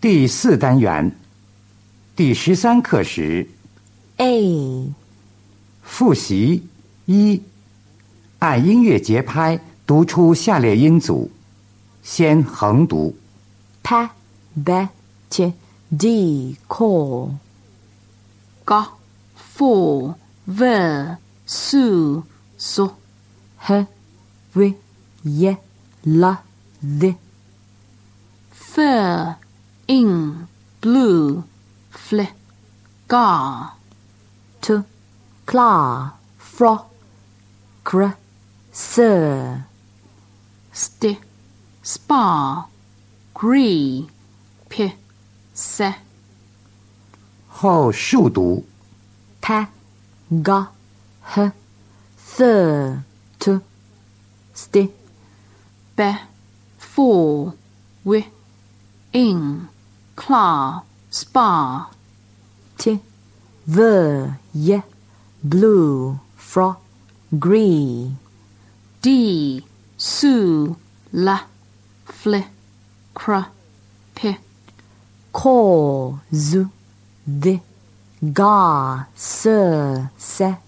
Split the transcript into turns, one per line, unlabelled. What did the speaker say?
第四单元第十三课时
A
复习一，按音乐节拍读出下列音组，先横读
pa be ch d ko
高 f v su su
h r y la d
f in blue fl ga
t cla fro cr
E
se
sti spa gri pi se
后竖读
pa ga h th t sti
be fu wi in cla spa
t v y blue fro green
D su la fli cra pi
cause the ga se se